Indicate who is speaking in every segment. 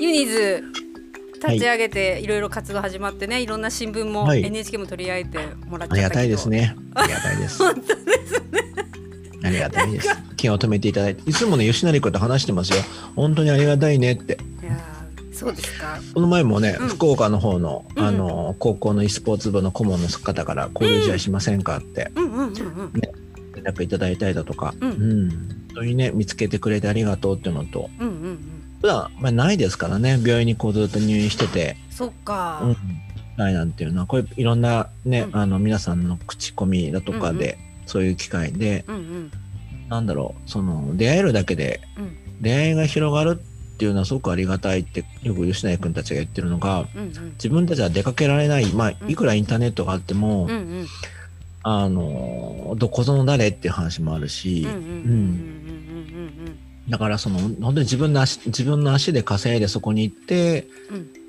Speaker 1: ユニズ立ち上げていろいろ活動始まってねいろんな新聞も
Speaker 2: はい
Speaker 1: NHK も取り上げてもらっちゃったけど
Speaker 2: ありがたいですね。ありがたいです。
Speaker 1: 本当です
Speaker 2: ありがたいです。気を止めていただいて、いつもね、吉成君と話してますよ。本当にありがたいねって。
Speaker 1: いやーそうですか
Speaker 2: この前もね、
Speaker 1: うん
Speaker 2: 福岡の方の、
Speaker 1: うん
Speaker 2: あの、高校の e スポーツ部の顧問の方から、交流試合しませんかって
Speaker 1: うんうんうんうん
Speaker 2: 連絡いただいたりだとか、
Speaker 1: う
Speaker 2: うんん。本当にね、見つけてくれてありがとうっていうのと、
Speaker 1: うんうんうん
Speaker 2: 普段、まあ、ないですからね、病院にこうずっと入院してて、
Speaker 1: そっか、
Speaker 2: うん。ないなんていうのは、こういういろんなね、
Speaker 1: うん
Speaker 2: あの、皆さんの口コミだとかで、そういう機会で、
Speaker 1: うんうん
Speaker 2: なんだろう、その、出会えるだけで
Speaker 1: うん、
Speaker 2: 出会いが広がるっていうのはすごくありがたいって、よく吉成君たちが言ってるのが、
Speaker 1: うんうん
Speaker 2: 自分たちは出かけられない、まあ
Speaker 1: う、ん
Speaker 2: いくらインターネットがあっても、
Speaker 1: うんうん
Speaker 2: あの、どこぞの誰っていう話もあるし、
Speaker 1: うんうん
Speaker 2: だからその、本当に自分の足、自分の足で稼いでそこに行って、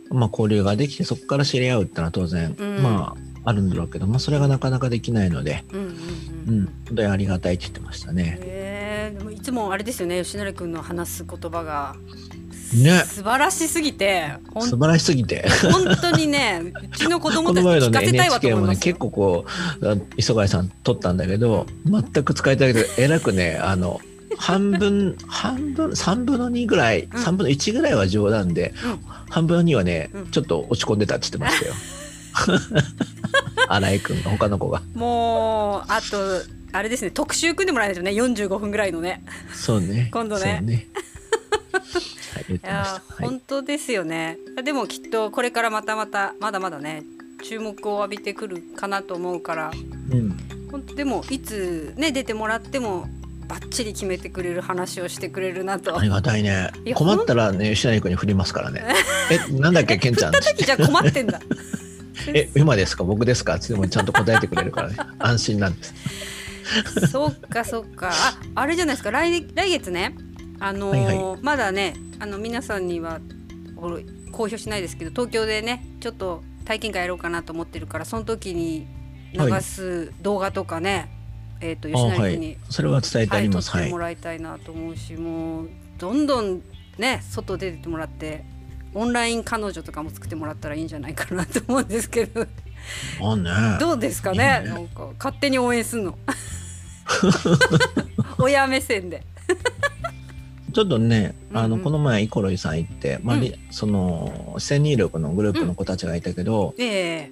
Speaker 2: まあ、交流ができて、そこから知り合うってのは当然、
Speaker 1: うん
Speaker 2: まあ、あるんだろうけど、まあ、それがなかなかできないので、
Speaker 1: うんうんうんうんうんうん
Speaker 2: う、
Speaker 1: うんん
Speaker 2: 本当にありがたいって言ってましたね。
Speaker 1: えー、でもいつもあれですよね吉成君の話す言葉が、
Speaker 2: ね
Speaker 1: 素晴らしすぎてほん
Speaker 2: 素晴らしすぎて。
Speaker 1: 本当にねうちの子供
Speaker 2: こ
Speaker 1: たちに
Speaker 2: の前の
Speaker 1: 聞か
Speaker 2: ね、
Speaker 1: せたいわと
Speaker 2: NHK
Speaker 1: 思い
Speaker 2: も
Speaker 1: ま
Speaker 2: ね、
Speaker 1: すよ
Speaker 2: 結構こう、あ磯貝さん撮ったんだけど、全く使えてなくて、えらくね、あの、半分、半分、3分の2ぐらい、
Speaker 1: うん
Speaker 2: 3分の1ぐらいは冗談で、
Speaker 1: うん
Speaker 2: 半分の2はね、
Speaker 1: うん
Speaker 2: ちょっと落ち込んでたって言ってましたよ。 新井くんが、他の子が。
Speaker 1: もうあとあれですね特集組んでもらえないとね45分ぐらいのね
Speaker 2: そうね。
Speaker 1: 今度ね
Speaker 2: そうね。はい、言
Speaker 1: い
Speaker 2: ってまし
Speaker 1: やー
Speaker 2: た。はい。
Speaker 1: 本当ですよねでもきっとこれからまたまたまだまだね注目を浴びてくるかなと思うから
Speaker 2: うん。
Speaker 1: ほんでもいつね出てもらってもバッチリ決めてくれる話をしてくれるなと
Speaker 2: ありがたいね
Speaker 1: い。や
Speaker 2: 困ったらね、吉成君に振りますからね。え、なん だっけ、ケンちゃん。
Speaker 1: 時じゃ困ってんだ
Speaker 2: え、今ですか僕ですかってでもちゃんと答えてくれ るからね。安心なんです。
Speaker 1: そっかそっかああれじゃないですか来来月ねあのー
Speaker 2: はい
Speaker 1: まだねあの皆さんにはこれ公表しないですけど東京でねちょっと体験会やろうかなと思ってるからその時に流す動画とかね、えっ、と
Speaker 2: あ
Speaker 1: 吉成
Speaker 2: は
Speaker 1: 君に
Speaker 2: い。それは伝えてあ
Speaker 1: は
Speaker 2: り
Speaker 1: い、撮
Speaker 2: ま
Speaker 1: っ
Speaker 2: す。は
Speaker 1: て
Speaker 2: い
Speaker 1: も。らいたいなと思うし、もうどんどんね外出てもらってオンライン彼女とかも作ってもらったらいいんじゃないかなと思うんですけど
Speaker 2: あね。
Speaker 1: どうですかね
Speaker 2: いいね
Speaker 1: なんか勝手に応援す んの親目線で。
Speaker 2: ちょっとね、あ
Speaker 1: うん
Speaker 2: の、
Speaker 1: うん
Speaker 2: この前、イコロイさん行って、まあ、
Speaker 1: うん
Speaker 2: りその、視線入力のグループの子たちがいたけど、
Speaker 1: ええ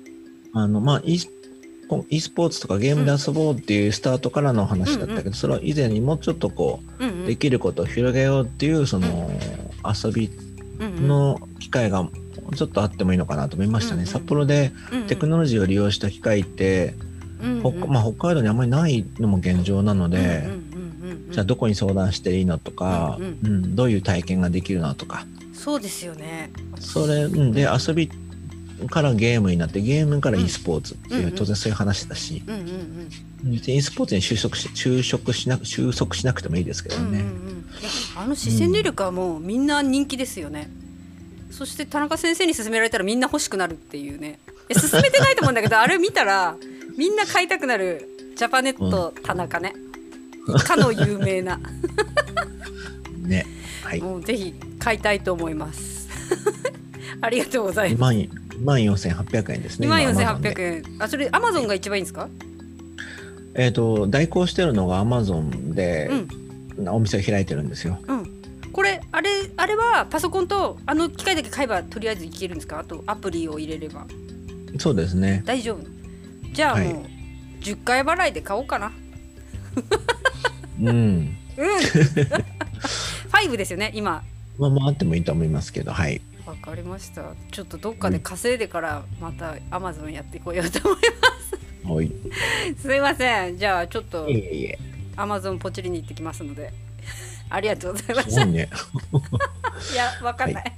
Speaker 2: あの、まあ、e スこう e スポーツとかゲームで遊ぼうっていうスタートからの話だったけど、それを以前にもうちょっとこ
Speaker 1: うん
Speaker 2: う、
Speaker 1: う
Speaker 2: で
Speaker 1: ん
Speaker 2: きることを広げようっていう、その、遊び
Speaker 1: うんうん
Speaker 2: の機会がちょっとあってもいいのかなと思いまし
Speaker 1: う
Speaker 2: た
Speaker 1: んうん
Speaker 2: ね。札幌で
Speaker 1: うんうん
Speaker 2: テクノロジーを利用した機会って、
Speaker 1: うん
Speaker 2: 北まあ、北海道にあんまりないのも現状なの
Speaker 1: う
Speaker 2: で、
Speaker 1: んうんうんうん
Speaker 2: じゃあどこに相談していいのとか、
Speaker 1: う
Speaker 2: うんんどういう体験ができるのとか
Speaker 1: そうですよね。
Speaker 2: それうんで遊びからゲームになってゲームから e スポーツっていう、
Speaker 1: うん
Speaker 2: 当然そういう話だし
Speaker 1: うんうんうん
Speaker 2: 別に e スポーツに就職し就職しなく就職しなくてもいいですけど
Speaker 1: うんうん
Speaker 2: ね、
Speaker 1: うんいやあの視線入力はもうみんな人気ですよね、そして田中先生に勧められたらみんな欲しくなるっていうねいや勧めてないと思うんだけど あれ見たらみんな買いたくなるジャパネット田中ね、かの有名な
Speaker 2: ねはい
Speaker 1: もうぜひ買いたいと思います ありがとうござい
Speaker 2: 2
Speaker 1: ます
Speaker 2: 万2万4800円ですね
Speaker 1: 2万
Speaker 2: 今 Amazon で
Speaker 1: 4800円あそれアマゾンが一番いいんですか、
Speaker 2: えっ、と代行してるのがアマゾンで
Speaker 1: うん、
Speaker 2: お店を開いてるんですよ、
Speaker 1: これあれあれはパソコンとあの機械だけ買えばとりあえずいけるんですかあとアプリを入れれば
Speaker 2: そうですね
Speaker 1: 大丈夫じゃあ
Speaker 2: はい
Speaker 1: もう、10回払いで買おう かな
Speaker 2: うん
Speaker 1: うん5ですよね今
Speaker 2: まあまああってもいいと思いますけどはい
Speaker 1: わかりましたちょっとどっかで稼いでからまたアマゾンやってこようと思いま
Speaker 2: おい
Speaker 1: すすいませんじゃあちょっと
Speaker 2: いえいえ
Speaker 1: アマゾンポチリに行ってきますのでありがとうございまし
Speaker 2: すごいね
Speaker 1: たいやわかんない、